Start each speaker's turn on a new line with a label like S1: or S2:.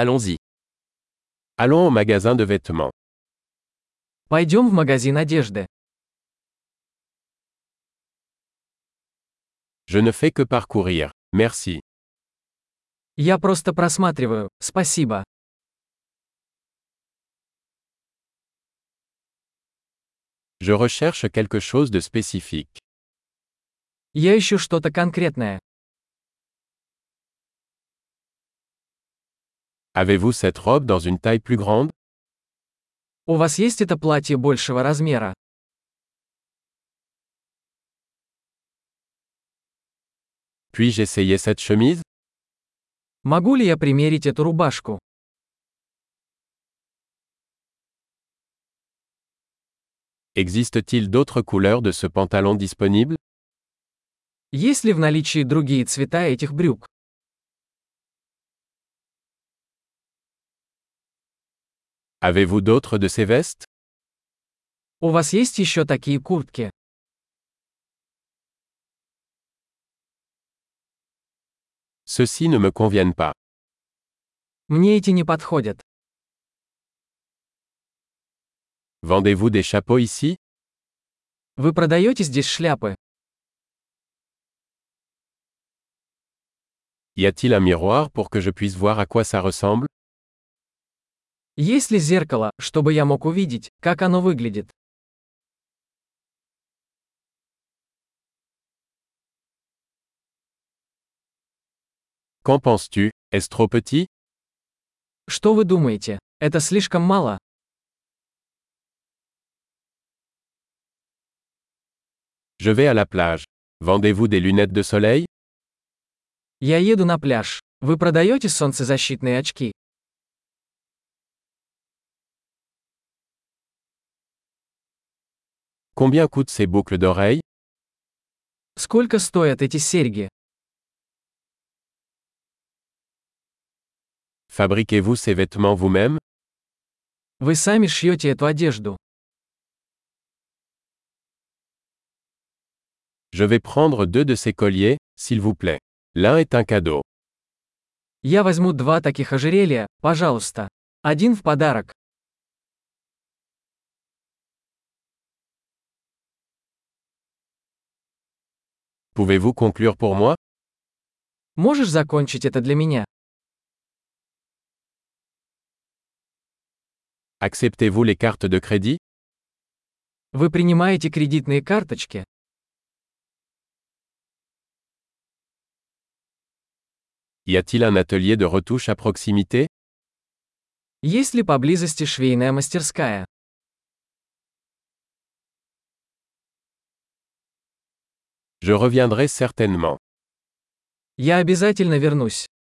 S1: Allons-y. Allons au magasin de vêtements.
S2: Пойдем в магазин одежды.
S1: Je ne fais que parcourir. Merci.
S2: Я просто просматриваю, спасибо.
S1: Je recherche quelque chose de spécifique.
S2: Я ищу что-то конкретное.
S1: Avez-vous cette robe dans une taille plus grande
S2: У вас есть это платье большего размера?
S1: Puis-je essayer cette chemise
S2: Могу ли я примерить эту рубашку?
S1: Existe-t-il d'autres couleurs de ce pantalon disponible
S2: Есть ли в наличии другие цвета этих брюк?
S1: Avez-vous d'autres de ces vestes
S2: У вас есть еще такие куртки?
S1: Ceux-ci ne me conviennent pas.
S2: Мне эти не подходят.
S1: Vendez-vous des chapeaux ici
S2: Вы продаете здесь шляпы?
S1: Y a-t-il un miroir pour que je puisse voir à quoi ça ressemble
S2: Есть ли зеркало, чтобы я мог увидеть, как оно выглядит?
S1: Qu'en penses-tu Est-ce trop petit
S2: Что вы думаете? Это слишком мало?
S1: Je vais à la plage. Vendez-vous des lunettes de soleil
S2: Я еду на пляж. Вы продаете солнцезащитные очки?
S1: Combien coûtent ces boucles d'oreilles
S2: Сколько стоят эти серьги?
S1: Fabriquez-vous ces vêtements vous-même
S2: Вы сами шьете эту одежду.
S1: Je vais prendre deux de ces colliers, s'il vous plaît. L'un est un cadeau.
S2: Я возьму два таких ожерелья, пожалуйста. Один в подарок.
S1: Pouvez-vous conclure pour moi
S2: Можешь закончить это для меня?
S1: Acceptez-vous les cartes de crédit
S2: Вы принимаете кредитные карточки?
S1: Y a-t-il un atelier de retouche à proximité
S2: Есть ли поблизости швейная мастерская?
S1: Je reviendrai certainement.
S2: Я обязательно вернусь.